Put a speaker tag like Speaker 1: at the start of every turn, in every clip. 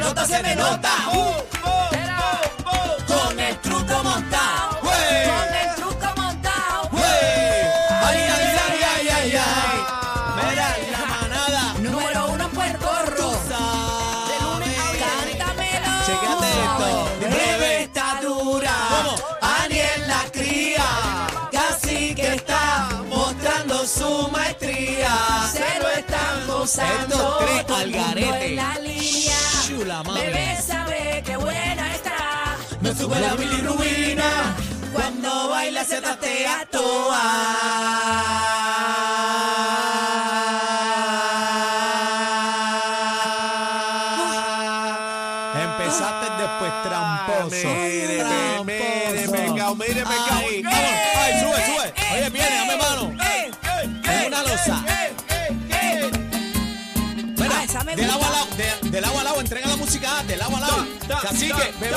Speaker 1: nota, se me nota. Uh, Con el truco montado. Con el truco montado. Ay, ay, ay, ay, ay, ay.
Speaker 2: Mira, la manada.
Speaker 1: Número uno en Puerto Rico. Cántamelo.
Speaker 2: Chécate esto.
Speaker 1: Breve está dura. Aniel la cría. Casi que está mostrando su maestría. Se lo están gozando.
Speaker 2: Estos tres
Speaker 1: todo el
Speaker 2: al
Speaker 1: mundo
Speaker 2: garete.
Speaker 1: en la línea.
Speaker 2: Chula madre.
Speaker 1: Bebé sabe que buena está.
Speaker 2: Me sube la bilirrubina.
Speaker 1: Cuando baila se tatea toa.
Speaker 2: Empezaste después tramposo.
Speaker 3: Mire,
Speaker 2: Tramposo.
Speaker 3: mire, me cao, mire, me cao.
Speaker 2: Ay, eh, vamos. Ay, sube, sube. Oye, viene, dame mano. Es una losa.
Speaker 1: Ah, esa me
Speaker 2: del
Speaker 1: gusta.
Speaker 2: agua al agua, de- del agua al agua, entrega la
Speaker 3: ah,
Speaker 2: música, del agua al agua.
Speaker 3: Ta, ta,
Speaker 2: Cacique,
Speaker 3: ta,
Speaker 2: bebé,
Speaker 3: ta,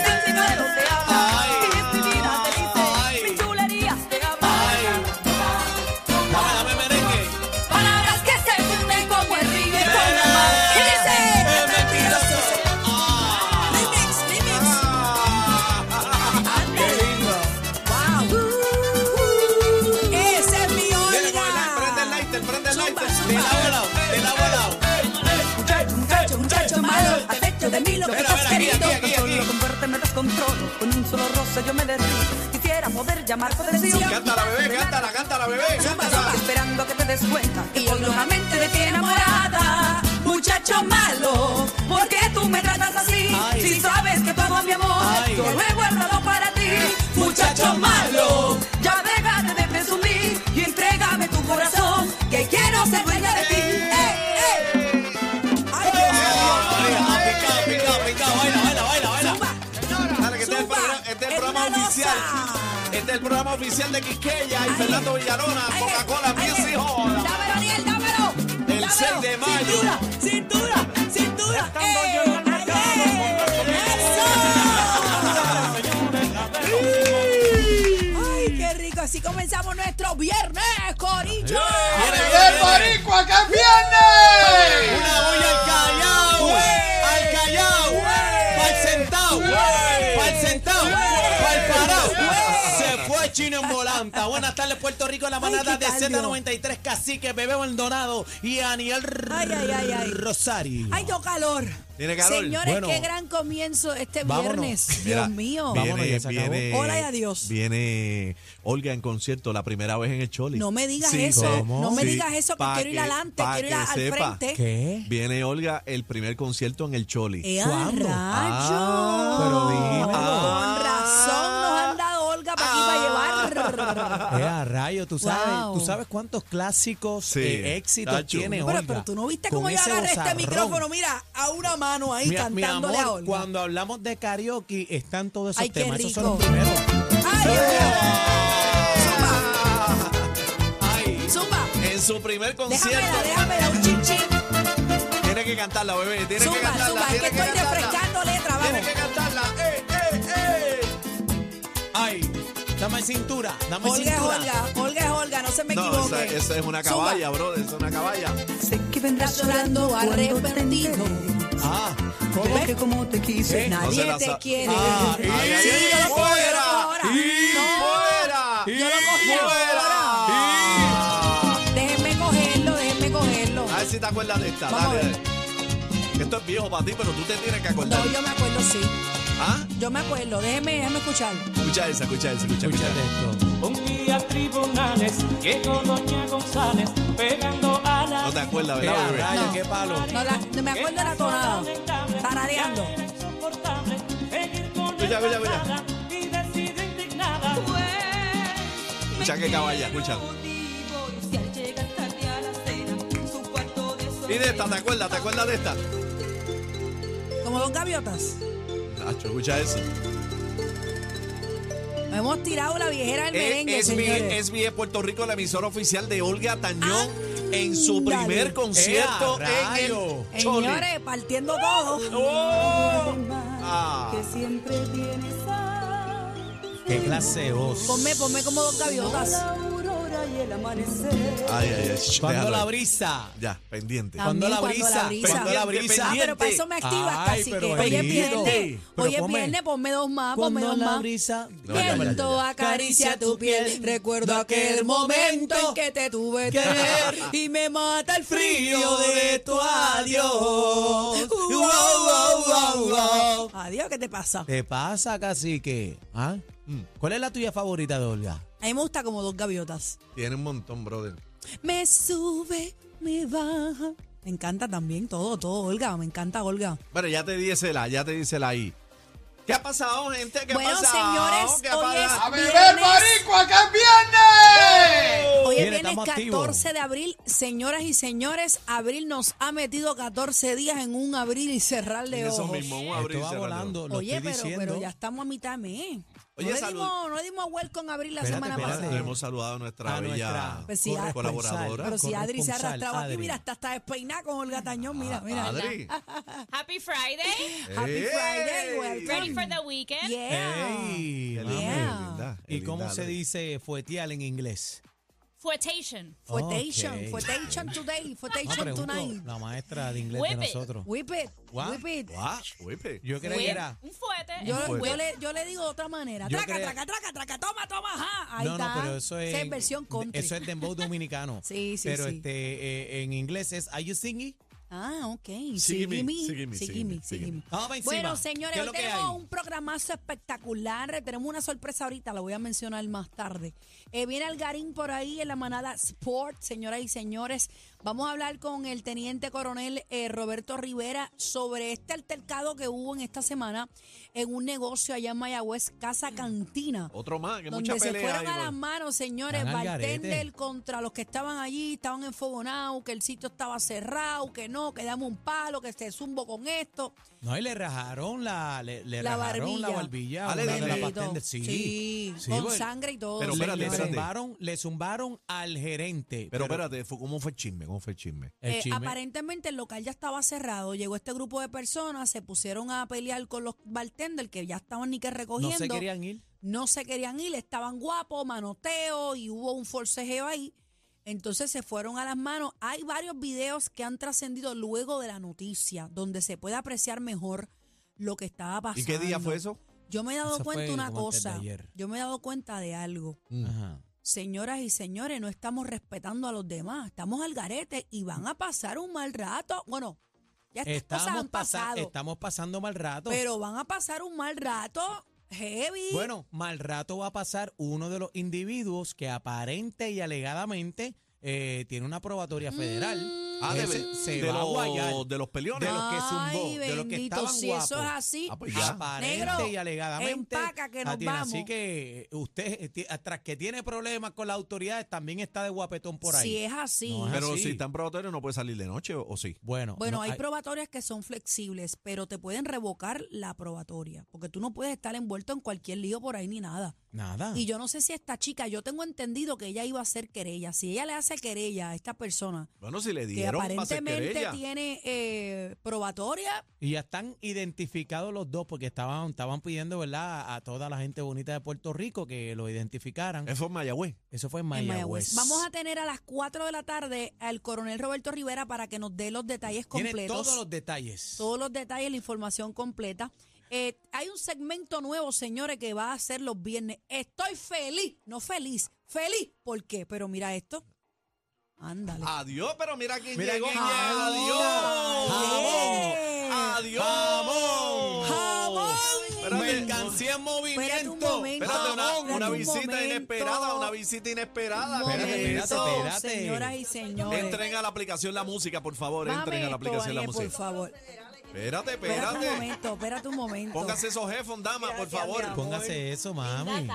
Speaker 1: Que si no, no te
Speaker 2: Ay.
Speaker 1: amo. Que mi vida te
Speaker 2: Ay.
Speaker 1: dice. Mis chulerías te aman.
Speaker 2: Dame, dame merengue.
Speaker 1: Palabras que se funden como el río y con la mar. Y
Speaker 2: Eh,
Speaker 1: dice,
Speaker 2: eh, mentiroso. Ah,
Speaker 1: remix, remix.
Speaker 2: qué lindo.
Speaker 1: Wow. Ese es mi
Speaker 3: Dale, con el light, prende el
Speaker 1: Olga.
Speaker 3: lighter, prende el
Speaker 1: Zumba,
Speaker 3: lighter.
Speaker 1: zumba.
Speaker 2: Del agua al agua, del agua al agua.
Speaker 1: Muchacho, muchacho, muchacho malo, acecho de mí lo que
Speaker 2: Espera,
Speaker 1: estás
Speaker 2: espera, aquí,
Speaker 1: querido.
Speaker 2: aquí, aquí,
Speaker 4: Solo
Speaker 2: aquí.
Speaker 4: con verte me descontrolo, con un solo roce yo me derrito. Quisiera poder llamar tu atención.
Speaker 3: Cántala, bebé, cántala, cántala, bebé.
Speaker 4: Zumba,
Speaker 3: cántala.
Speaker 4: zumba, Esperando a que te des cuenta.
Speaker 1: Y hoy nuevamente de ti enamorada, muchacho malo, ¿por qué tú me tratas así?
Speaker 2: Ay.
Speaker 1: Si sabes que todo mi amor
Speaker 2: Ay.
Speaker 1: yo lo he guardado para ti, muchacho malo, ya déjate de presumir y entrégame tu corazón, que quiero ser dueña de ti. ¡Eh, eh! ¡Ay, Dios mío!
Speaker 2: Baila, picado, picado, picado, baila, baila, baila, baila.
Speaker 1: Zumba,
Speaker 3: Dale, que este es el
Speaker 1: zumba,
Speaker 3: programa, este es el
Speaker 1: es
Speaker 3: programa
Speaker 1: una
Speaker 3: oficial.
Speaker 1: losa.
Speaker 3: Este es el programa oficial de Quisqueya y
Speaker 1: Ay.
Speaker 3: Fernando Villarona,
Speaker 1: Ay, ay,
Speaker 3: Coca-Cola, Music
Speaker 1: ay.
Speaker 3: Hall.
Speaker 1: Dámelo, Ariel, dámelo.
Speaker 3: El
Speaker 1: Dámelo.
Speaker 3: 6 de mayo.
Speaker 1: Cintura, cintura, cintura.
Speaker 4: Estando
Speaker 1: ¡Eh!
Speaker 4: yo en el mercado,
Speaker 1: ¡Eh! ¡Eso! Ay, qué rico. Así comenzamos nuestro viernes, Corillo.
Speaker 2: Viene,
Speaker 1: Ay,
Speaker 2: viene, viene.
Speaker 3: acá es viernes!
Speaker 2: Una bulla al Callao, al Callao, pa'l Centao, pa'l Centao, pa'l Parao. Se fue Chino en volanta. Buenas tardes, Puerto Rico, la manada
Speaker 1: qué
Speaker 2: de
Speaker 1: cambio.
Speaker 2: Z93, Cacique, Bebé Maldonado y Aniel
Speaker 1: Ay, ay, ay, ay.
Speaker 2: Rosario.
Speaker 1: Ay, yo calor.
Speaker 3: ¿Tiene calor?
Speaker 1: Señores,
Speaker 2: Bueno.
Speaker 1: qué gran comienzo este
Speaker 2: Vámonos.
Speaker 1: viernes.
Speaker 3: Mira,
Speaker 1: Dios mío.
Speaker 2: viene- Vámonos, ya se acabó.
Speaker 1: Hola y adiós.
Speaker 3: Viene Olga en concierto, la primera vez en el Choli.
Speaker 1: No me digas
Speaker 3: Sí,
Speaker 1: eso.
Speaker 2: ¿cómo?
Speaker 1: No me
Speaker 3: Sí,
Speaker 1: digas eso, que
Speaker 3: pa'
Speaker 1: quiero ir
Speaker 3: que-
Speaker 1: adelante,
Speaker 3: pa'
Speaker 1: quiero ir
Speaker 3: que
Speaker 1: al
Speaker 3: sepa.
Speaker 1: frente.
Speaker 2: ¿Qué?
Speaker 3: Viene Olga el primer concierto en el Choli.
Speaker 1: ¡Eh, a
Speaker 2: ¿Cuándo?
Speaker 1: rayo!
Speaker 3: Ah, pero dímelo.
Speaker 1: Con razón nos han dado Olga para aquí para llevar.
Speaker 2: Eh, a rayo, tú sabes,
Speaker 1: Wow.
Speaker 2: tú sabes cuántos clásicos
Speaker 3: Sí,
Speaker 2: eh, éxitos
Speaker 3: Nacho.
Speaker 2: tiene
Speaker 1: Pero,
Speaker 2: Olga.
Speaker 1: pero tú no viste
Speaker 2: Con
Speaker 1: cómo yo
Speaker 2: ese
Speaker 1: agarré este
Speaker 2: vozarrón.
Speaker 1: micrófono, mira, a una mano ahí
Speaker 2: Mi- mi
Speaker 1: cantándole
Speaker 2: amor,
Speaker 1: a Olga.
Speaker 2: cuando hablamos de karaoke están todos esos
Speaker 1: Ay, qué
Speaker 2: temas, esos son
Speaker 1: rico.
Speaker 2: los primeros.
Speaker 1: ¡Ay, Dios mío!
Speaker 3: Ay,
Speaker 1: Zumba, zumba.
Speaker 3: en su primer
Speaker 1: Déjamela,
Speaker 3: concierto.
Speaker 1: déjamela, un chin chin.
Speaker 3: Tiene que cantarla, bebé. Tiene que
Speaker 1: Zumba,
Speaker 3: cantarla.
Speaker 1: zumba, es
Speaker 3: tiene
Speaker 1: que estoy
Speaker 3: cantarla.
Speaker 1: refrescando letra,
Speaker 3: Tiene
Speaker 1: vamos.
Speaker 3: que cantarla. ¡Eh, eh, eh!
Speaker 2: Ay, dame cintura, dame
Speaker 1: Olga es
Speaker 2: cintura.
Speaker 1: Olga, Olga es Olga, no se me
Speaker 3: No, esa,
Speaker 1: equivoque.
Speaker 3: esa es una
Speaker 1: Zumba.
Speaker 3: caballa, bro. Es una caballa.
Speaker 4: Sé que vendrás llorando cuando te
Speaker 1: arrepentido.
Speaker 4: enteres
Speaker 2: Ah,
Speaker 4: de que como te quise
Speaker 2: Eh, no
Speaker 3: se
Speaker 1: Nadie
Speaker 3: la
Speaker 1: te
Speaker 3: sa-
Speaker 1: quiere.
Speaker 2: Ah,
Speaker 3: ¡Y
Speaker 2: Ay, ay, ay,
Speaker 1: yo lo cogí, yo lo
Speaker 3: fuera!
Speaker 1: cojo ahora.
Speaker 3: ¡Y fuera!
Speaker 1: yo
Speaker 3: ¡Y
Speaker 1: lo cogí
Speaker 3: fuera!
Speaker 1: Déjenme cogerlo, déjenme cogerlo.
Speaker 3: A ver si te acuerdas de esta.
Speaker 1: Vamos a
Speaker 3: Dale.
Speaker 1: ver.
Speaker 3: dale. Esto es viejo para ti, pero tú te tienes que acordar.
Speaker 1: No, yo me acuerdo, sí.
Speaker 3: ¿Ah?
Speaker 1: Yo me acuerdo. Déjeme, déjeme escuchar.
Speaker 3: Escucha esa, escucha esa, escucha, escucha.
Speaker 2: escúchate esto.
Speaker 5: Un día a tribunales llegó Doña González pegando a la.
Speaker 3: No te acuerdas,
Speaker 2: Eh,
Speaker 3: ¿verdad,
Speaker 2: a
Speaker 3: bebé?
Speaker 2: rayo,
Speaker 1: No.
Speaker 2: qué palo.
Speaker 1: No, la- no me acuerdo de la tonada. Tarareando.
Speaker 3: Escucha, escucha, escucha.
Speaker 5: Y decidió indignada.
Speaker 3: Escucha que caballa, escucha. Y de esta, ¿te acuerdas? ¿Te acuerdas de esta?
Speaker 1: Como dos gaviotas.
Speaker 3: Nacho, escucha eso.
Speaker 1: Hemos tirado la viejera al
Speaker 3: Eh,
Speaker 1: merengue,
Speaker 3: es mi,
Speaker 1: señores. Ah,
Speaker 3: es mi Puerto Rico, la emisora oficial de Olga Tañón en su
Speaker 1: Ándale. Eh,
Speaker 3: primer concierto
Speaker 2: ¡Ea,
Speaker 3: en
Speaker 2: rayo!
Speaker 3: el Choli. ¡Oh!
Speaker 1: Señores, partiendo todo.
Speaker 3: Ah,
Speaker 4: siempre tienes a
Speaker 2: Qué clase de voz.
Speaker 1: Ponme, ponme como dos gaviotas.
Speaker 4: la aurora y el amanecer.
Speaker 6: Ah,
Speaker 3: ay, ay, ay, sh,
Speaker 2: Cuando
Speaker 3: déjalo
Speaker 2: la
Speaker 3: ahí.
Speaker 2: brisa.
Speaker 1: Ah,
Speaker 3: Ya, pendiente.
Speaker 1: También
Speaker 2: Cuando la brisa,
Speaker 3: cuando la brisa.
Speaker 1: Ah, pero para eso me activas,
Speaker 2: Ay,
Speaker 1: casi que. Hoy
Speaker 2: pero
Speaker 1: es
Speaker 2: bendito.
Speaker 1: viernes.
Speaker 2: Pero
Speaker 1: Hoy es
Speaker 2: ponme.
Speaker 1: viernes, ponme dos más, ponme dos más.
Speaker 2: brisa.
Speaker 3: No, ya, ya, ya,
Speaker 1: pues, Viento
Speaker 3: ya.
Speaker 1: acaricia tu piel. Recuerdo aquel momento en que te tuve que ver. Y me mata el frío de tu adiós. Wow, wow, wow, wow. Adiós, ¿qué te pasa?
Speaker 2: ¿Te pasa, cacique? ¿Ah? Mm. ¿Cuál es la tuya favorita de Olga?
Speaker 1: A mí me gusta como dos gaviotas.
Speaker 3: Tiene un montón, brother.
Speaker 1: Me sube, me baja. Me encanta también todo, todo, Olga. Me encanta Olga.
Speaker 3: Bueno, ya te dísela, ya te dísela ahí. ¿Qué ha pasado, gente? ¿Qué
Speaker 1: Bueno,
Speaker 3: ha pasado?
Speaker 1: señores,
Speaker 3: ¿Qué
Speaker 1: hoy
Speaker 3: ha
Speaker 1: es
Speaker 3: pasado?
Speaker 1: viernes. Hoy es
Speaker 2: Mira,
Speaker 1: viernes
Speaker 2: estamos
Speaker 1: 14
Speaker 2: activos.
Speaker 1: de abril. Señoras y señores, abril nos ha metido 14 días en un abrir y cerrar de
Speaker 3: Eso
Speaker 1: ojos.
Speaker 3: mismo, un abrir y
Speaker 2: Esto va
Speaker 3: cerrar de
Speaker 2: volando, lo
Speaker 1: Oye,
Speaker 2: estoy
Speaker 1: pero,
Speaker 2: diciendo.
Speaker 1: pero ya estamos a mitad de mes.
Speaker 3: Oye,
Speaker 1: no, le
Speaker 3: salud.
Speaker 1: dimos, no le dimos welcome a abril la
Speaker 2: Espérate,
Speaker 1: semana
Speaker 3: Bueno,
Speaker 2: espérate.
Speaker 1: pasada.
Speaker 2: Pasa.
Speaker 3: hemos saludado a nuestra
Speaker 2: A
Speaker 3: bella
Speaker 2: nuestra
Speaker 1: Pues sí, Adri.
Speaker 3: colaboradora.
Speaker 1: Pero si Adri se ha
Speaker 2: corresponsal,
Speaker 1: arrastrado aquí,
Speaker 2: Adri.
Speaker 1: mira, hasta está despeinada con Olga Tañón. Mira, mira.
Speaker 3: Adri.
Speaker 7: Happy Friday.
Speaker 1: Happy
Speaker 3: Ey.
Speaker 1: Friday, welcome.
Speaker 7: Ready for the weekend.
Speaker 1: Yeah.
Speaker 2: Ey,
Speaker 3: Qué
Speaker 2: mami.
Speaker 3: linda,
Speaker 1: Yeah.
Speaker 3: qué linda, qué
Speaker 2: ¿Y cómo
Speaker 3: linda,
Speaker 2: se
Speaker 3: Adri.
Speaker 2: dice fueteal en inglés?
Speaker 7: Flutation.
Speaker 1: Fotation,
Speaker 2: Ok.
Speaker 1: fotation today,
Speaker 2: No,
Speaker 1: fotation
Speaker 2: pregunto,
Speaker 1: tonight.
Speaker 2: la maestra de inglés de
Speaker 7: Whip it.
Speaker 2: nosotros.
Speaker 1: Whip it,
Speaker 2: What?
Speaker 1: whip it.
Speaker 3: Ah, uipe.
Speaker 2: Yo creía que
Speaker 7: Whip.
Speaker 2: era...
Speaker 7: Un fuete.
Speaker 1: Yo,
Speaker 7: es un
Speaker 1: yo
Speaker 7: whip.
Speaker 1: le, yo le digo de otra manera.
Speaker 2: Yo
Speaker 1: Traca,
Speaker 2: creo-
Speaker 1: traca, traca, traca, toma, toma, ajá. Ahí
Speaker 2: no,
Speaker 1: está.
Speaker 2: no, pero eso es...
Speaker 1: Esa es versión country.
Speaker 2: Eso es dembow dominicano.
Speaker 1: Sí, sí,
Speaker 2: Pero
Speaker 1: sí.
Speaker 2: este, eh, en inglés es... ¿Are you singing?
Speaker 1: Ah, ok. Sígueme,
Speaker 3: Sígueme, sígueme,
Speaker 1: sígueme,
Speaker 3: sígueme,
Speaker 1: sígueme.
Speaker 3: sígueme.
Speaker 2: Vamos pa' encima.
Speaker 1: Bueno,
Speaker 2: ¿Qué
Speaker 1: señores,
Speaker 2: es
Speaker 1: hoy
Speaker 2: lo que
Speaker 1: tenemos
Speaker 2: hay?
Speaker 1: un programazo espectacular. Tenemos una sorpresa ahorita, la voy a mencionar más tarde. Eh, viene Algarín por ahí en la manada Sport, señoras y señores. Vamos a hablar con el teniente coronel eh, Roberto Rivera sobre este altercado que hubo en esta semana en un negocio allá en Mayagüez, Casa Cantina.
Speaker 3: Otro más, que mucha
Speaker 1: donde se
Speaker 3: pelea.
Speaker 1: fueron
Speaker 3: ahí,
Speaker 1: a las
Speaker 3: bro.
Speaker 1: manos, señores,
Speaker 2: Están al garete.
Speaker 1: bartender contra los que estaban allí, estaban enfogonados, que el sitio estaba cerrado, que no, que dame un palo, que se zumbo con esto.
Speaker 2: No, y le rajaron la... Le, le
Speaker 1: La
Speaker 2: rajaron la
Speaker 1: barbilla.
Speaker 2: barbilla.
Speaker 3: Ah, le
Speaker 2: una de la
Speaker 3: dile.
Speaker 2: bartender. Sí.
Speaker 1: Sí,
Speaker 2: Sí,
Speaker 1: con
Speaker 2: porque-
Speaker 1: sangre y todo.
Speaker 3: Pero
Speaker 2: le,
Speaker 1: Sí.
Speaker 3: espérate,
Speaker 2: le
Speaker 3: espérate.
Speaker 2: zumbaron, le zumbaron al gerente.
Speaker 3: Pero espérate, fue- ¿cómo fue el chisme? ¿Cómo fue el chisme?
Speaker 2: el
Speaker 1: Eh,
Speaker 2: chisme-
Speaker 1: aparentemente el local ya estaba cerrado, llegó este grupo de personas, se pusieron a pelear con los bartenders que ya estaban ni que
Speaker 2: no
Speaker 1: recogiendo.
Speaker 2: se querían ir.
Speaker 1: no se querían ir, estaban guapos, manoteo y hubo un forcejeo ahí. Entonces se fueron a las manos. Hay varios videos que han trascendido luego de la noticia, donde se puede apreciar mejor lo que estaba pasando.
Speaker 3: ¿Y qué día fue eso?
Speaker 1: Yo me he dado
Speaker 2: Eso fue
Speaker 1: cuenta de una
Speaker 2: como antes de
Speaker 1: cosa.
Speaker 2: ayer.
Speaker 1: Yo me he dado cuenta de algo.
Speaker 3: Mm.
Speaker 2: Ajá.
Speaker 1: Señoras y señores, no estamos respetando a los demás. Estamos al garete y van a pasar un mal rato. Bueno, ya estas cosas
Speaker 2: Estamos,
Speaker 1: han
Speaker 2: pasa-
Speaker 1: pasado.
Speaker 2: estamos pasando mal rato.
Speaker 1: Pero van a pasar un mal rato heavy.
Speaker 2: bueno, mal rato va a pasar uno de los individuos que aparente y alegadamente eh, tiene una
Speaker 1: Mm.
Speaker 2: probatoria federal.
Speaker 3: Ah, de,
Speaker 2: Ese se
Speaker 3: de
Speaker 2: va a
Speaker 3: los-
Speaker 2: guayar.
Speaker 3: de los peleones.
Speaker 2: de los que zumbó,
Speaker 1: Ay,
Speaker 2: de los que
Speaker 1: bendito,
Speaker 2: estaban
Speaker 1: si
Speaker 2: guapos.
Speaker 1: eso es así,
Speaker 3: Ah, pues ya.
Speaker 2: Aparente
Speaker 1: negro,
Speaker 2: y alegadamente.
Speaker 1: empaca que
Speaker 2: la
Speaker 1: nos
Speaker 2: tiene. Así
Speaker 1: vamos.
Speaker 2: que eh, usted, ti- tras que tiene problemas con las autoridades, también está de guapetón por ahí.
Speaker 1: Si es así.
Speaker 2: No es
Speaker 3: Ah, Pero
Speaker 2: así.
Speaker 3: si están probatorios no puede salir de noche, ¿o, o sí?
Speaker 2: Bueno,
Speaker 1: Bueno,
Speaker 2: no,
Speaker 1: hay probatorias que son flexibles, pero te pueden revocar la probatoria, porque tú no puedes estar envuelto en cualquier lío por ahí ni nada.
Speaker 2: nada.
Speaker 1: Y yo no sé si esta chica, yo tengo entendido que ella iba a hacer querella. Si ella le hace querella a esta persona
Speaker 3: Bueno, si le
Speaker 1: que
Speaker 3: dieron para hacer
Speaker 1: aparentemente
Speaker 3: querella.
Speaker 1: tiene eh, probatoria,
Speaker 2: Y ya están identificados los dos porque estaban, estaban pidiendo, ¿verdad?, a toda la gente bonita de Puerto Rico que lo identificaran.
Speaker 3: Eso es Mayagüez.
Speaker 2: Eso fue en
Speaker 1: en
Speaker 2: Mayagüez.
Speaker 1: Mayagüez. Vamos a tener a las 4 de la tarde al coronel Roberto Rivera para que nos dé los detalles
Speaker 2: Tiene
Speaker 1: completos.
Speaker 2: todos los detalles.
Speaker 1: todos los detalles, la información completa. Eh, hay un segmento nuevo, señores, que va a ser los viernes. Estoy feliz, no feliz, feliz. ¿Por qué? Pero mira esto. Ándale.
Speaker 2: Ah,
Speaker 3: Adiós, pero mira quién
Speaker 2: Mira
Speaker 3: llegó.
Speaker 2: quién
Speaker 1: llegó.
Speaker 3: Adiós.
Speaker 1: Jamón.
Speaker 3: Adiós.
Speaker 2: Jamón.
Speaker 1: Jamón.
Speaker 3: Espérate,
Speaker 2: Mercancía
Speaker 1: Espérate un
Speaker 2: en movimiento.
Speaker 1: momento.
Speaker 3: espérate, una,
Speaker 1: Espérate
Speaker 3: una
Speaker 1: un
Speaker 3: visita
Speaker 1: momento.
Speaker 3: inesperada, una visita inesperada.
Speaker 1: Un
Speaker 2: Espérate,
Speaker 3: ¿Qué es
Speaker 2: espérate,
Speaker 1: momento,
Speaker 3: eso?
Speaker 2: espérate.
Speaker 1: Señoras y señores.
Speaker 3: Entren a la aplicación La Música, por favor.
Speaker 1: Dame
Speaker 3: Entren a la
Speaker 1: esto,
Speaker 3: aplicación La
Speaker 1: Vane,
Speaker 3: Música.
Speaker 1: Por favor.
Speaker 3: Espérate,
Speaker 1: Espérate un
Speaker 3: espérate.
Speaker 1: momento, espérate un momento.
Speaker 3: Póngase esos headphones, dama, por favor.
Speaker 2: Póngase eso, mami.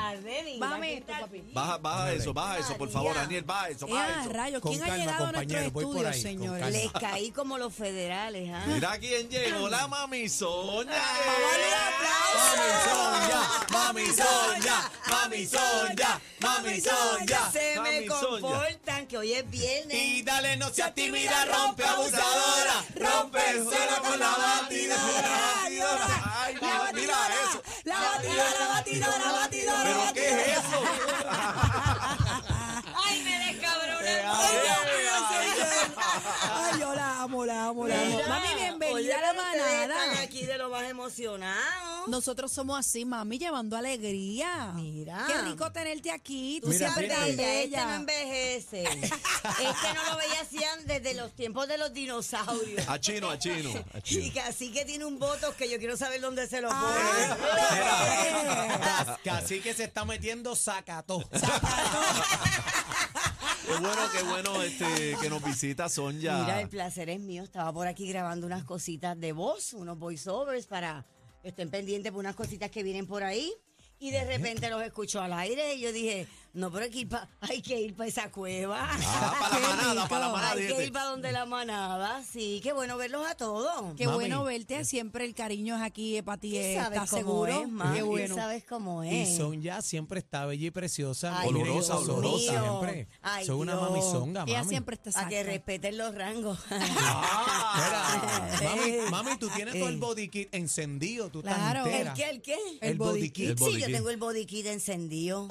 Speaker 1: Dame esto, papi.
Speaker 3: Baja, baja eso, baja eso, por favor, Daniel, baja eso,
Speaker 1: Eh,
Speaker 3: baja
Speaker 1: ah,
Speaker 3: eso.
Speaker 1: rayos,
Speaker 2: Con
Speaker 1: ¿quién ha
Speaker 2: calma,
Speaker 1: llegado a nuestro
Speaker 2: compañero, voy por
Speaker 1: estudio,
Speaker 2: ahí, con
Speaker 1: señores?
Speaker 2: calma.
Speaker 6: Les caí como los federales, ¿ah?
Speaker 3: Mira quién llegó, la mami Sonia.
Speaker 1: Vamos a darle un aplauso.
Speaker 3: Mami Sonia, mami Sonia,
Speaker 2: mami Sonia, mami Sonia.
Speaker 6: Se me
Speaker 3: Mami Sonia.
Speaker 6: comportan que hoy es viernes.
Speaker 2: Y dale, no seas tímida, rompe abusadora, rompe el suelo con la batidora.
Speaker 3: Ay,
Speaker 1: La
Speaker 3: mira, mira
Speaker 1: batidora,
Speaker 3: eso.
Speaker 1: la batidora, la batidora, la batidora, la
Speaker 3: ¿Pero qué es
Speaker 1: batidora.
Speaker 3: eso?
Speaker 7: Ay, me descabroné.
Speaker 1: Eh, Ay, Dios mío, señor. Ay, yo la amo, la amo, la amo.
Speaker 6: Mira,
Speaker 1: Mami,
Speaker 6: oye,
Speaker 1: bienvenida a la
Speaker 6: pero ustedes Están
Speaker 1: manada.
Speaker 6: aquí de lo más emocionados.
Speaker 1: Nosotros somos así, mami, llevando alegría.
Speaker 6: Mira.
Speaker 1: Qué rico tenerte aquí. Tú
Speaker 2: Mira,
Speaker 1: siempre tan
Speaker 2: fíjate.
Speaker 6: Este no
Speaker 1: bella.
Speaker 6: envejece. este no lo veía hacían desde los tiempos de los dinosaurios.
Speaker 3: A chino, a chino. A
Speaker 6: Y
Speaker 3: chino.
Speaker 6: que así que tiene un voto que yo quiero saber dónde se lo pone.
Speaker 1: Ah,
Speaker 2: Mira, Casi que se está metiendo sacató.
Speaker 3: Qué bueno, qué bueno este, que nos visita Sonia.
Speaker 6: Mira, el placer es mío. Estaba por aquí grabando unas cositas de voz, unos voiceovers para que estén pendientes por unas cositas que vienen por ahí. Y de repente los escucho al aire y yo dije, no, pero aquí pa- hay que ir para esa cueva.
Speaker 3: Ah, para la
Speaker 1: Qué
Speaker 3: manada, para la
Speaker 1: rico.
Speaker 3: manada.
Speaker 6: hay que
Speaker 3: dijiste.
Speaker 6: ir para donde la manada. Sí, qué bueno verlos a todos.
Speaker 1: Qué
Speaker 2: Mami.
Speaker 1: bueno verte. Siempre el cariño es aquí, eh, para ti.
Speaker 6: Tú
Speaker 1: eh,
Speaker 6: sabes
Speaker 1: ¿Estás
Speaker 6: cómo
Speaker 1: seguro?
Speaker 6: es, mami,
Speaker 1: Qué
Speaker 6: tú
Speaker 1: bueno.
Speaker 6: sabes cómo es.
Speaker 2: Y Sonia siempre está bella y preciosa.
Speaker 6: Ay,
Speaker 2: Olorosa,
Speaker 3: Dios
Speaker 2: olorosa.
Speaker 6: mío.
Speaker 2: Siempre.
Speaker 6: Ay,
Speaker 2: Soy una
Speaker 6: Dios.
Speaker 2: mamizonga, mami.
Speaker 1: Ella siempre está
Speaker 6: A que
Speaker 1: exacta.
Speaker 6: respeten los rangos.
Speaker 2: Ah, espera. mami, mami, tú tienes todo el body kit encendido, tú
Speaker 1: Claro.
Speaker 2: estás entera.
Speaker 6: ¿El qué? ¿El qué?
Speaker 2: El,
Speaker 1: El
Speaker 2: body
Speaker 1: body
Speaker 2: kit.
Speaker 3: El
Speaker 6: Sí,
Speaker 3: body
Speaker 6: yo
Speaker 3: kit.
Speaker 6: tengo el body kit encendido.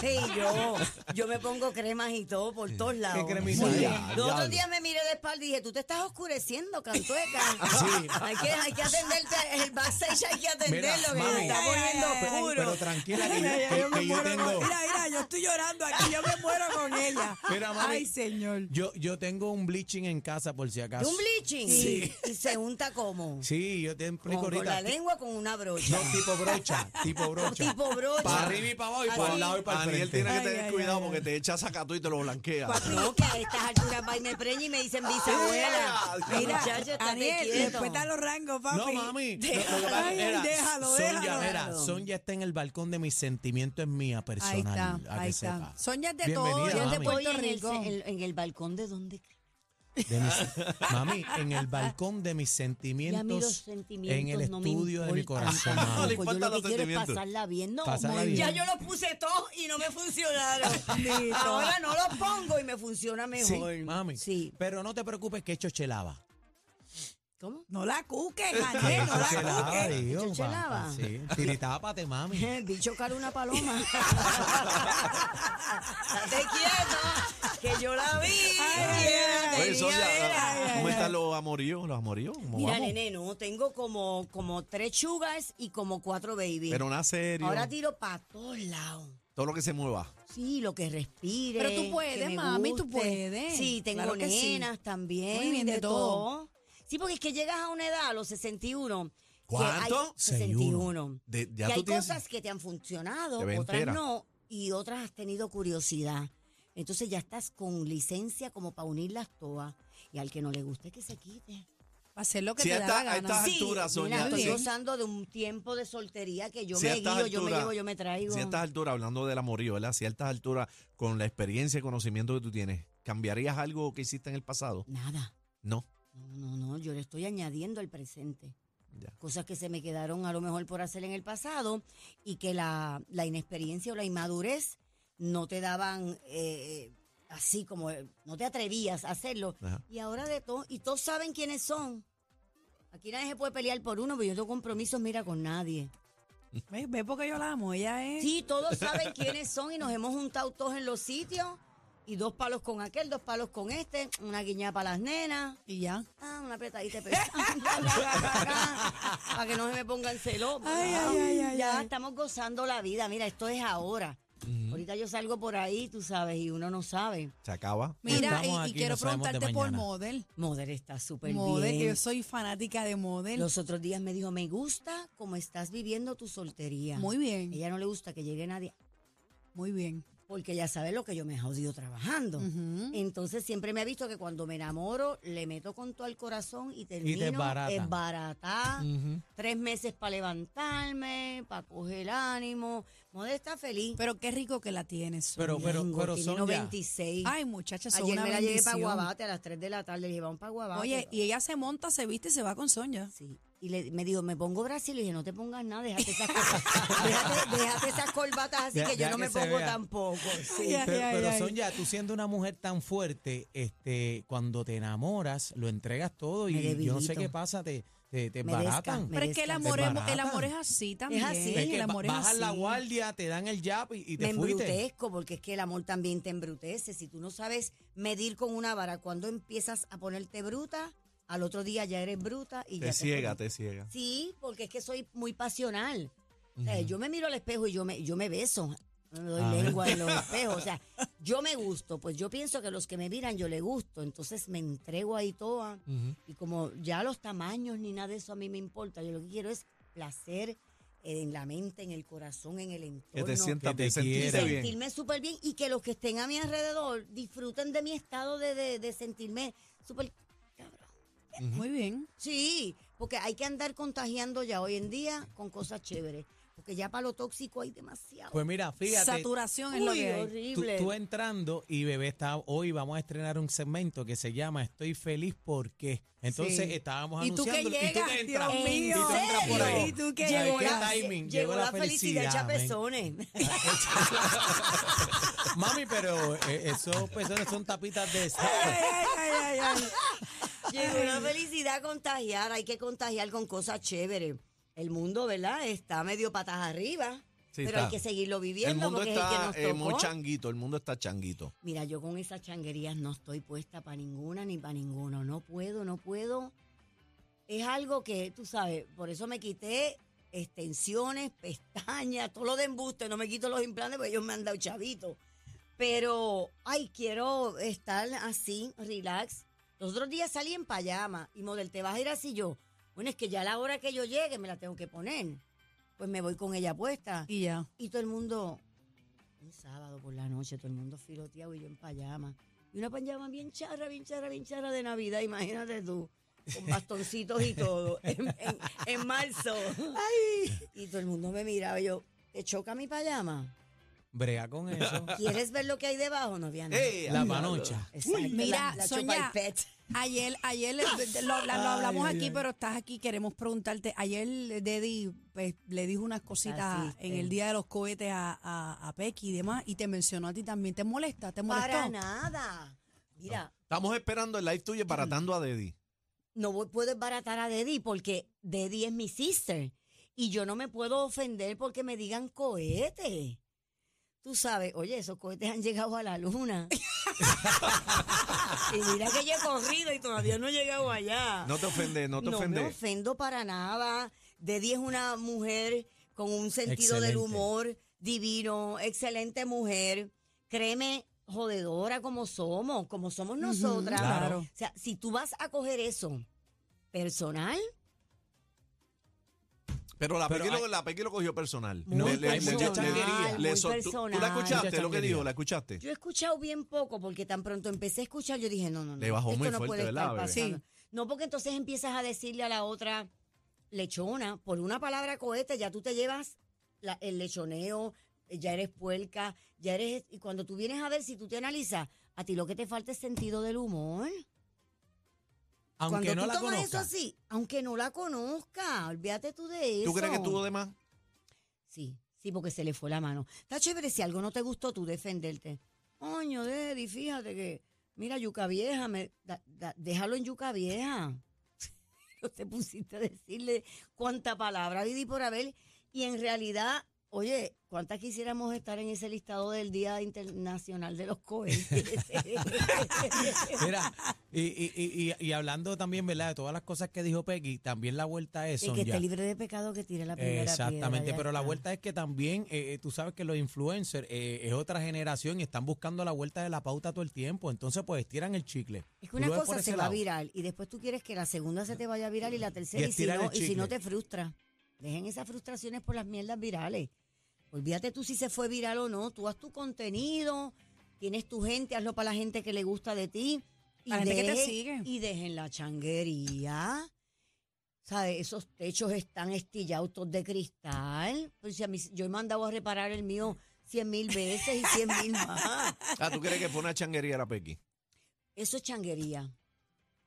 Speaker 6: Sí, yo, yo me pongo cremas y todo por todos lados.
Speaker 2: cremita?
Speaker 6: Muy
Speaker 2: Ya,
Speaker 6: bien. Los
Speaker 2: diablo.
Speaker 6: otros días me miré de espalda y dije, tú te estás oscureciendo, cantueca.
Speaker 2: Sí.
Speaker 6: Hay que, hay que atenderte, el backstage hay que
Speaker 2: Mira,
Speaker 6: atenderlo, que
Speaker 2: mami,
Speaker 6: se está poniendo oscuro.
Speaker 2: Pero tranquila, que yo,
Speaker 1: Mira,
Speaker 2: que-
Speaker 1: yo me
Speaker 2: que yo
Speaker 1: muero con-
Speaker 2: tengo.
Speaker 1: Mira, mira, yo estoy llorando aquí, yo me muero con ella.
Speaker 2: Mira, mami.
Speaker 1: Ay, señor.
Speaker 2: Yo, yo tengo un bleaching en casa, por si
Speaker 6: ¿De
Speaker 2: acaso.
Speaker 6: un bleaching?
Speaker 2: Sí.
Speaker 6: ¿Y se unta como
Speaker 2: Sí, yo te explico
Speaker 6: con, con
Speaker 2: ahorita.
Speaker 6: la lengua con una brocha.
Speaker 2: No, tipo brocha, tipo brocha.
Speaker 6: Tipo brocha.
Speaker 2: Para arriba y para abajo y para
Speaker 6: Así.
Speaker 2: el lado y para el
Speaker 3: Daniel
Speaker 2: frente.
Speaker 3: tiene que
Speaker 1: Ay,
Speaker 3: tener
Speaker 1: ay,
Speaker 3: cuidado
Speaker 1: ay,
Speaker 3: porque te echa sacato y te lo blanquea.
Speaker 6: No, que a estas alturas va y me preña y me dicen bisabuela.
Speaker 3: Yeah.
Speaker 1: Mira,
Speaker 6: Muchacho, estate
Speaker 1: Aniel,
Speaker 6: quieto.
Speaker 1: respeta los rangos, papi.
Speaker 2: No, mami. Lo- lo que
Speaker 1: Déjalo,
Speaker 2: pasa
Speaker 1: ay,
Speaker 2: era,
Speaker 1: déjalo,
Speaker 2: Sonia,
Speaker 1: déjalo.
Speaker 2: mira, Sonia está en el balcón de mis sentimientos, es mía
Speaker 1: Ahí
Speaker 2: personal.
Speaker 1: está,
Speaker 2: a que
Speaker 1: ahí está.
Speaker 2: sepa.
Speaker 1: Sonia es de
Speaker 2: Bienvenida,
Speaker 1: todo, ella es de
Speaker 2: mami.
Speaker 1: Puerto
Speaker 6: Oye, en el-
Speaker 1: Rico.
Speaker 6: En el, en el balcón de donde
Speaker 2: De mis- mami, en el balcón de mis
Speaker 6: Ya a mí los
Speaker 2: sentimientos,
Speaker 6: sentimientos
Speaker 2: en el
Speaker 6: no me
Speaker 2: estudio de mi
Speaker 6: importan
Speaker 2: corazón.
Speaker 6: tampoco.
Speaker 3: No
Speaker 2: mami.
Speaker 3: le
Speaker 6: yo
Speaker 3: importan
Speaker 6: lo
Speaker 3: los
Speaker 6: que quiero es
Speaker 3: sentimientos.
Speaker 6: pasarla bien. No,
Speaker 2: Pasarla bien.
Speaker 6: ya yo lo puse todo y no me funcionaron.
Speaker 1: Bendito.
Speaker 6: Ahora no lo pongo y me funciona
Speaker 2: Sí,
Speaker 6: mejor.
Speaker 2: mami.
Speaker 6: Sí.
Speaker 2: Pero no te preocupes que hecho chelaba.
Speaker 6: ¿Cómo?
Speaker 1: No la cuques, Aniel, no la cuques.
Speaker 2: digo,
Speaker 6: Hecho chelaba.
Speaker 2: pa- Sí, tiritápate, mami.
Speaker 6: El bicho cara una paloma. Estate quieto, que yo la vi.
Speaker 1: Ay, ay,
Speaker 6: que
Speaker 3: Oye,
Speaker 6: tenía
Speaker 3: Sonia,
Speaker 6: veras.
Speaker 3: ¿cómo están los amoríos? ¿Los amoríos? ¿Cómo
Speaker 6: Mira,
Speaker 3: vamos?
Speaker 6: nene, no, tengo como, como tres chugas y como cuatro baby.
Speaker 3: Pero nada serio.
Speaker 6: Ahora tiro para todos lados.
Speaker 3: Todo lo que se mueva.
Speaker 6: Sí, lo que respire.
Speaker 1: Pero tú puedes,
Speaker 6: que me
Speaker 1: mami, tú
Speaker 6: guste.
Speaker 1: puedes.
Speaker 6: Sí, tengo
Speaker 1: Claro que sí.
Speaker 6: nenas también.
Speaker 1: Muy bien, de todo.
Speaker 6: Sí, porque es que llegas a una edad, a los 61. que
Speaker 3: ¿Cuánto?
Speaker 6: hay- 61.
Speaker 3: De- ya
Speaker 6: que
Speaker 3: tú
Speaker 6: hay
Speaker 3: tienes-
Speaker 6: cosas que te han funcionado,
Speaker 3: Te ves
Speaker 6: otras
Speaker 3: entera.
Speaker 6: no, y otras has tenido curiosidad. Entonces ya estás con licencia como para unir las toas. Y al que no le guste, que se quite.
Speaker 1: Hacer lo que
Speaker 3: Si
Speaker 1: te
Speaker 3: a
Speaker 1: da
Speaker 3: esta-
Speaker 1: la
Speaker 3: a
Speaker 1: gana.
Speaker 3: estas
Speaker 1: Sí.
Speaker 3: alturas, Sonia,
Speaker 6: Mira,
Speaker 1: muy
Speaker 6: estoy
Speaker 1: bien.
Speaker 6: gozando de un tiempo de soltería que yo
Speaker 3: Si a
Speaker 6: me guío,
Speaker 3: estas
Speaker 6: yo me
Speaker 3: alturas-
Speaker 6: llevo, yo me traigo.
Speaker 3: Si a estas alturas, hablando del amorío, ¿verdad? Si a estas alturas, con la experiencia y conocimiento que tú tienes, ¿cambiarías algo que hiciste en el pasado?
Speaker 6: Nada.
Speaker 3: No.
Speaker 6: No, no, no, yo le estoy añadiendo al presente.
Speaker 3: Ya.
Speaker 6: Cosas que se me quedaron a lo mejor por hacer en el pasado y que la, la inexperiencia o la inmadurez no te daban eh, así como eh, no te atrevías a hacerlo.
Speaker 3: Ajá.
Speaker 6: Y ahora de todo, y todos saben quiénes son. Aquí nadie se puede pelear por uno, pero yo tengo compromisos, mira, con nadie.
Speaker 1: ¿Ves? ¿Ves por qué yo la amo? Ella es...
Speaker 6: Sí, todos saben quiénes son y nos hemos juntado todos en los sitios. Y dos palos con aquel, dos palos con este, una guiñada para las nenas.
Speaker 1: Y ya.
Speaker 6: Ah, una apretadita de Para que no se me pongan celos.
Speaker 1: Ay, ay, ay, ay,
Speaker 6: ya
Speaker 1: ay.
Speaker 6: estamos gozando la vida. Mira, esto es ahora. Ahorita yo salgo por ahí, tú sabes, y uno no sabe.
Speaker 3: Se acaba.
Speaker 1: Mira,
Speaker 2: Estamos
Speaker 1: y- y,
Speaker 2: aquí,
Speaker 1: quiero
Speaker 2: no sabemos de
Speaker 1: preguntarte por
Speaker 2: mañana.
Speaker 1: model.
Speaker 6: Moder está
Speaker 1: Pues
Speaker 6: súper
Speaker 1: Model, que yo
Speaker 6: bien.
Speaker 1: soy fanática de model.
Speaker 6: Los otros días me dijo, me gusta cómo estás viviendo tu soltería.
Speaker 1: Muy bien.
Speaker 6: Ella no le gusta que llegue nadie.
Speaker 1: Muy bien.
Speaker 6: Porque ya sabe lo que yo me jodido trabajando. Entonces siempre me ha visto que cuando me enamoro, le meto con todo el corazón y termino
Speaker 2: desbarata.
Speaker 6: desbaratada. Tres meses para levantarme, para coger el ánimo. Model está feliz.
Speaker 1: Pero qué rico que la tienes.
Speaker 2: Pero,
Speaker 1: Sonia.
Speaker 2: pero,
Speaker 6: Tengo,
Speaker 2: pero,
Speaker 6: tiene
Speaker 2: Sonia.
Speaker 6: 96.
Speaker 1: Ay, muchachas, son
Speaker 6: Ayer
Speaker 1: una
Speaker 6: me la llevé para
Speaker 1: bendición.
Speaker 6: Guabate a las 3 de la tarde, le dije, vamos para Guabate.
Speaker 1: Oye, y ella se monta, se viste y se va con Sonia.
Speaker 6: Sí. Y le- me dijo, me pongo Brasil. Y le dije, no te pongas nada, déjate esas, cosas, déjate, déjate esas corbatas así
Speaker 2: Deja-
Speaker 6: que yo
Speaker 2: deja
Speaker 6: no
Speaker 2: que
Speaker 6: me
Speaker 2: se
Speaker 6: pongo
Speaker 2: vea.
Speaker 6: tampoco. Sí.
Speaker 2: Pe- Pero, Sonia, tú siendo una mujer tan fuerte, este, cuando te enamoras, lo entregas todo
Speaker 6: Me
Speaker 2: y yo no sé
Speaker 6: debilito.
Speaker 2: qué pasa, te, te, te
Speaker 6: Me desca-
Speaker 2: embaratan.
Speaker 6: me
Speaker 7: Pero es que el amor, es,
Speaker 2: Desbaratan.
Speaker 7: el amor es así también.
Speaker 6: así.
Speaker 2: Es que
Speaker 7: el
Speaker 2: ba-
Speaker 7: amor es
Speaker 2: bajas
Speaker 7: así.
Speaker 2: la guardia, te dan el jab y, y te
Speaker 6: me
Speaker 2: fuiste.
Speaker 6: embrutezco porque es que el amor también te embrutece. Si tú no sabes medir con una vara, cuando empiezas a ponerte bruta, al otro día ya eres bruta y ya
Speaker 3: Te ciega,
Speaker 6: pones-
Speaker 3: te ciega.
Speaker 6: Sí, porque es que soy muy pasional. O sea, yo me miro al espejo y yo me, yo me beso. Me doy
Speaker 2: Ah,
Speaker 6: lengua en los espejos. O sea, yo me gusto. Pues yo pienso que los que me miran yo le gusto. Entonces me entrego ahí toda.
Speaker 2: Ujú.
Speaker 6: Y como ya los tamaños ni nada de eso a mí me importa. Yo lo que quiero es placer en la mente, en el corazón, en el
Speaker 3: Que
Speaker 6: entorno.
Speaker 3: te sientas
Speaker 2: que te
Speaker 3: bien,
Speaker 6: y
Speaker 3: sentirte
Speaker 2: quiera.
Speaker 3: bien.
Speaker 6: sentirme súper bien y que los que estén a mi alrededor disfruten de mi estado de, de- de sentirme súper cabrón.
Speaker 7: Muy bien.
Speaker 6: Sí, porque hay que andar contagiando ya hoy en día con cosas chéveres. Porque ya para lo tóxico hay demasiado.
Speaker 2: Pues mira, fíjate.
Speaker 7: Saturación Pues, es lo
Speaker 6: Uy,
Speaker 7: que hay.
Speaker 2: Tú,
Speaker 6: horrible.
Speaker 2: tú entrando y bebé está hoy vamos a estrenar un segmento que se llama Estoy feliz porque entonces
Speaker 6: Sí.
Speaker 2: estábamos
Speaker 7: Y tú que
Speaker 2: anunciando
Speaker 7: llegas,
Speaker 2: te
Speaker 7: Dios
Speaker 2: entras, y tú
Speaker 7: mío.
Speaker 2: entras por ahí.
Speaker 7: ¿Y tú que
Speaker 2: ¿Sabes
Speaker 7: llegó
Speaker 2: qué
Speaker 7: la-
Speaker 2: timing?
Speaker 6: llegó la felicidad, hecha
Speaker 2: men.
Speaker 6: pezones.
Speaker 2: Mami, pero eh, esos personas son tapitas de
Speaker 7: Ay, ay, ay, ay, ay.
Speaker 6: llegó la felicidad a contagiar. Hay que contagiar con cosas chéveres. El mundo, ¿verdad? Está medio patas arriba.
Speaker 3: Sí,
Speaker 6: pero
Speaker 3: está.
Speaker 6: hay que seguirlo viviendo
Speaker 3: El mundo
Speaker 6: porque es el que
Speaker 3: está
Speaker 6: nos
Speaker 3: eh,
Speaker 6: tocó.
Speaker 3: muy changuito, el mundo está changuito.
Speaker 6: Mira, yo con esas changuerías no estoy puesta para ninguna ni para ninguno. No puedo, no puedo. Es algo que, tú sabes, por eso me quité extensiones, pestañas, todo lo de embuste. No me quito los implantes porque ellos me han dado chavito. Pero, ay, quiero estar así, relax. Los otros días salí en payama y model, te vas a ir así yo. Bueno, es que ya a la hora que yo llegue me la tengo que poner. Pues me voy con ella puesta.
Speaker 7: Y ya.
Speaker 6: Y todo el mundo, un sábado por la noche, todo el mundo filoteado y yo en payama. Y una payama bien charra, bien charra, bien charra de Navidad, imagínate tú. Con bastoncitos y todo, en, en- en marzo. Y todo el mundo me miraba y yo, ¿te choca mi payama?
Speaker 2: Brega con eso.
Speaker 6: ¿Quieres ver lo que hay debajo? No había nada.
Speaker 3: ¡Ey!
Speaker 2: La panocha.
Speaker 6: Exacto,
Speaker 7: Mira,
Speaker 6: la, la
Speaker 7: Sonia,
Speaker 6: chupalpet.
Speaker 7: Ayer, ayer eh, lo, habla- lo hablamos aquí, pero estás aquí, queremos preguntarte. Ayer eh, Deddy pues, le dijo unas cositas
Speaker 6: Asiste.
Speaker 7: en el día de los cohetes a, a, a Pequi y demás, y te mencionó a ti también. ¿Te molesta? ¿Te molestó?
Speaker 6: Para nada. Mira,
Speaker 3: Estamos esperando el live tuyo
Speaker 6: Mm.
Speaker 3: baratando a Deddy.
Speaker 6: no voy- puedo desbaratar a Deddy porque Deddy es mi sister. Y yo no me puedo ofender porque me digan cohete. Tú sabes, oye, esos cohetes han llegado a la luna. y mira que yo he corrido y todavía no he llegado allá.
Speaker 3: No te ofendes, no te
Speaker 6: No me
Speaker 3: ofendes.
Speaker 6: ofendo para nada. Deddy es una mujer con un sentido del
Speaker 2: Excelente.
Speaker 6: humor divino, excelente mujer. Créeme, jodedora como somos, como somos nosotras.
Speaker 2: claro.
Speaker 6: O sea, si tú vas a coger eso personal,
Speaker 3: Pero la
Speaker 2: Pero
Speaker 3: Pequi lo,
Speaker 2: hay-
Speaker 3: la Pequi lo cogió personal.
Speaker 2: No,
Speaker 3: Le- le-
Speaker 2: hay
Speaker 3: le-
Speaker 2: mucha
Speaker 3: le-
Speaker 2: changuería.
Speaker 3: le-
Speaker 6: Muy
Speaker 3: so- ¿tú, tú la
Speaker 6: personal.
Speaker 3: escuchaste lo
Speaker 2: Mucha
Speaker 3: que dijo?
Speaker 2: changuería.
Speaker 3: ¿La escuchaste?
Speaker 6: yo he escuchado bien poco porque tan pronto empecé a escuchar, yo dije, no, no, no.
Speaker 3: Le bajó
Speaker 6: esto
Speaker 3: muy
Speaker 6: no
Speaker 3: fuerte,
Speaker 6: puede
Speaker 3: ¿verdad,
Speaker 6: estar
Speaker 3: bebé?
Speaker 6: pasando. No, porque entonces empiezas a decirle a la otra lechona, por una palabra cohete, ya tú te llevas la- el lechoneo, ya eres puerca, ya eres... Y cuando tú vienes a ver, si tú te analizas, a ti lo que te falta es sentido del humor.
Speaker 2: Aunque no
Speaker 6: cuando tú
Speaker 2: la
Speaker 6: tomas eso
Speaker 2: conozcas.
Speaker 6: así, aunque no la conozca, olvídate tú de eso.
Speaker 3: ¿Tú crees que estuvo de más?
Speaker 6: Sí, sí, porque se le fue la mano. Está chévere si algo no te gustó tú defenderte. Coño, Dedi, fíjate que, mira, yuca vieja, me, da- da- déjalo en yuca vieja. no te pusiste a decirle cuánta palabra, Didi, por haber. Y en realidad, oye, ¿cuántas quisiéramos estar en ese listado del Día Internacional de los Cohetes?
Speaker 2: Mira, y, y- y- y- y hablando también, ¿verdad? De todas las cosas que dijo Peggy, también la vuelta es
Speaker 6: El que
Speaker 2: Sonia.
Speaker 6: esté libre de pecado que tire la primera
Speaker 2: Exactamente,
Speaker 6: piedra, ya
Speaker 2: pero la
Speaker 6: está.
Speaker 2: vuelta es que también, eh, eh, tú sabes que los influencers eh, es otra generación y están buscando la vuelta de la pauta todo el tiempo, entonces pues tiran el chicle.
Speaker 6: Es que
Speaker 2: Tú
Speaker 6: una
Speaker 2: lo ves por
Speaker 6: cosa
Speaker 2: ese
Speaker 6: se va
Speaker 2: lado.
Speaker 6: viral y después tú quieres que la segunda se te vaya viral y la tercera y, si,
Speaker 2: estirar
Speaker 6: no,
Speaker 2: el
Speaker 6: y si
Speaker 2: chicle.
Speaker 6: no te frustra. Dejen esas frustraciones por las mierdas virales. Olvídate tú si se fue viral o no. Tú haz tu contenido, tienes tu gente, hazlo para la gente que le gusta de ti. Y
Speaker 7: La gente que te
Speaker 6: dejen-
Speaker 7: sigue.
Speaker 6: Y dejen la changuería. ¿Sabes? Esos techos están estillados todos de cristal. Pues si a mí- yo he mandado a reparar el mío cien mil veces y cien mil más.
Speaker 3: Ah, ¿tú crees que fue una changuería la Pequi?
Speaker 6: Eso es changuería.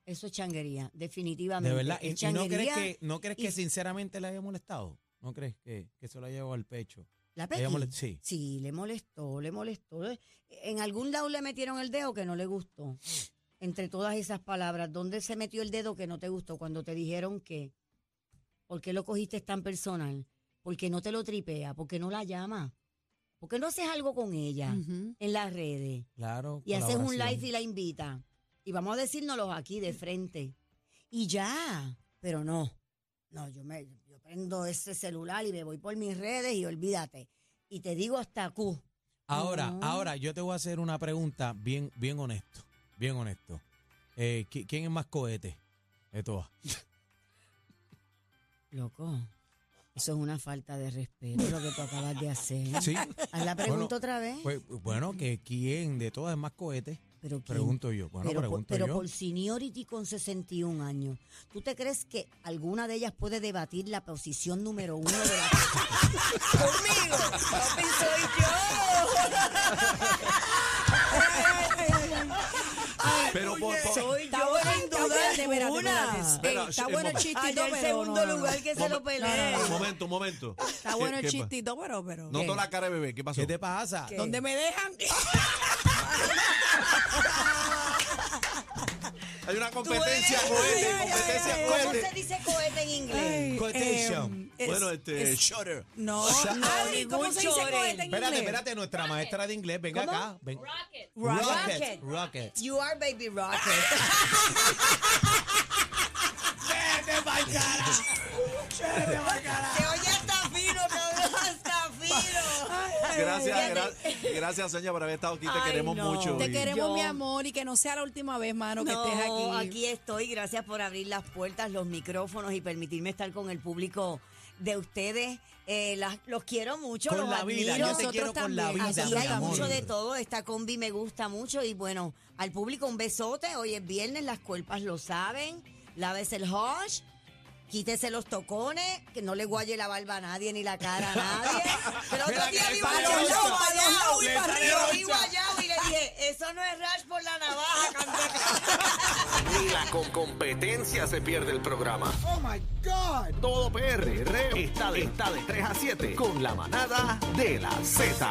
Speaker 6: Eso es changuería, definitivamente.
Speaker 2: De verdad.
Speaker 6: Es
Speaker 2: ¿Y, y no crees
Speaker 6: changuería
Speaker 2: que, no crees que
Speaker 6: y-
Speaker 2: sinceramente le haya molestado? ¿No crees que, que se lo haya llevado al pecho?
Speaker 6: la
Speaker 2: Le haya
Speaker 6: Peggy.
Speaker 2: molest- sí.
Speaker 6: Sí, le molestó, le molestó. En algún lado le metieron el dedo que no le gustó. Entre todas esas palabras, ¿dónde se metió el dedo que no te gustó? Cuando te dijeron que, ¿por qué lo cogiste tan personal? ¿Por qué no te lo tripea? ¿Por qué no la llama? ¿Por qué no haces algo con ella
Speaker 1: Mm.
Speaker 7: Ujú.
Speaker 6: en las redes?
Speaker 2: Claro.
Speaker 6: Y haces un
Speaker 2: colaboración.
Speaker 6: live y la invita. Y vamos a decírnoslo aquí de frente. Y ya, pero no. No, yo me yo prendo ese celular y me voy por mis redes y olvídate. Y te digo hasta Q.
Speaker 2: Ahora,
Speaker 6: No.
Speaker 2: ahora yo te voy a hacer una pregunta bien, bien honesto, bien honesto. Eh, ¿qui- ¿Quién es más cohete de todas?
Speaker 6: Loco, eso es una falta de respeto lo que tú acabas de hacer.
Speaker 2: Sí.
Speaker 6: Haz la pregunta
Speaker 2: Bueno,
Speaker 6: otra vez.
Speaker 2: Pues, bueno, que quién de todas es más cohete,
Speaker 6: pero ¿quién?
Speaker 2: pregunto yo. Bueno,
Speaker 6: pero, por,
Speaker 2: pregunto
Speaker 6: pero
Speaker 2: yo.
Speaker 6: por seniority con 61 años, ¿tú te crees que alguna de ellas puede debatir la posición número uno de la
Speaker 1: Conmigo, papi, soy yo.
Speaker 3: Pero por, por-
Speaker 1: Soy
Speaker 7: Está bueno,
Speaker 1: sin
Speaker 7: está
Speaker 1: duda
Speaker 7: bueno, espérate,
Speaker 1: alguna.
Speaker 7: espérate. Eh,
Speaker 3: Pero,
Speaker 7: Está
Speaker 3: eh,
Speaker 7: bueno el
Speaker 3: momen-
Speaker 7: chistito,
Speaker 1: Allá el
Speaker 7: pero
Speaker 1: segundo
Speaker 7: no, no,
Speaker 1: lugar
Speaker 7: no.
Speaker 1: que se lo
Speaker 7: Momen-
Speaker 1: peleé.
Speaker 7: no, no,
Speaker 3: un
Speaker 7: no.
Speaker 3: momento, un momento.
Speaker 7: Está bueno el chistito, pero... pero Eh,
Speaker 3: No toda la Ah, cara de bebé, ¿qué pasó?
Speaker 2: ¿Qué te pasa?
Speaker 7: ¿Dónde me dejan?
Speaker 3: Hay una competencia cohete,
Speaker 7: ay, ay,
Speaker 3: competencia
Speaker 7: ay, ay,
Speaker 6: ¿Cómo
Speaker 3: cohete.
Speaker 6: se dice cohete en inglés?
Speaker 2: Cohetation.
Speaker 7: Eh, em, es-
Speaker 3: bueno, este,
Speaker 7: es-
Speaker 3: Shutter.
Speaker 7: No, no,
Speaker 1: Adri,
Speaker 7: ¿cómo
Speaker 1: ningún
Speaker 7: se dice
Speaker 1: chorel.
Speaker 7: cohete en
Speaker 2: Espérate,
Speaker 7: inglés?
Speaker 2: espérate, nuestra maestra de inglés, venga acá. ven-
Speaker 6: Rocket.
Speaker 2: Rocket. Rocket.
Speaker 6: You are baby rocket. Te oye hasta fino, te oye hasta fino.
Speaker 3: Gracias, gra- gracias, Sonia, por haber estado aquí. Te
Speaker 6: Ay,
Speaker 3: queremos
Speaker 6: no.
Speaker 3: mucho.
Speaker 7: Te
Speaker 3: y-
Speaker 7: queremos,
Speaker 6: Yo-
Speaker 7: mi amor, y que no sea la última vez, mano, que estés
Speaker 6: No,
Speaker 7: aquí.
Speaker 6: aquí estoy. Gracias por abrir las puertas, los micrófonos y permitirme estar con el público de ustedes. Eh, las- los quiero mucho,
Speaker 2: Con
Speaker 6: los
Speaker 2: la
Speaker 6: admiro.
Speaker 2: vida, yo te
Speaker 7: Nosotros
Speaker 2: quiero con la
Speaker 7: también.
Speaker 2: vida.
Speaker 6: Aquí
Speaker 7: Aquí
Speaker 2: mi
Speaker 6: hay
Speaker 2: amor.
Speaker 6: mucho de todo. Esta combi me gusta mucho. Y bueno, al público un besote. Hoy es viernes, las cuerpas lo saben. Lávese el hush. Quítese los tocones, que no le guaye la barba a nadie ni la cara a nadie. Pero otro
Speaker 2: Mira que
Speaker 6: día
Speaker 2: le
Speaker 6: vi
Speaker 2: salió
Speaker 6: guayao,
Speaker 2: ancha.
Speaker 6: guayao, y
Speaker 2: Le
Speaker 6: para
Speaker 2: salió
Speaker 6: arriba, vi
Speaker 2: ancha.
Speaker 6: guayao, y le dije, eso no es rash por la navaja, candeja.
Speaker 8: Ni la con competencia se pierde el programa. Oh my God. Todo PR está de, está de 3 a 7 con la manada de la Z.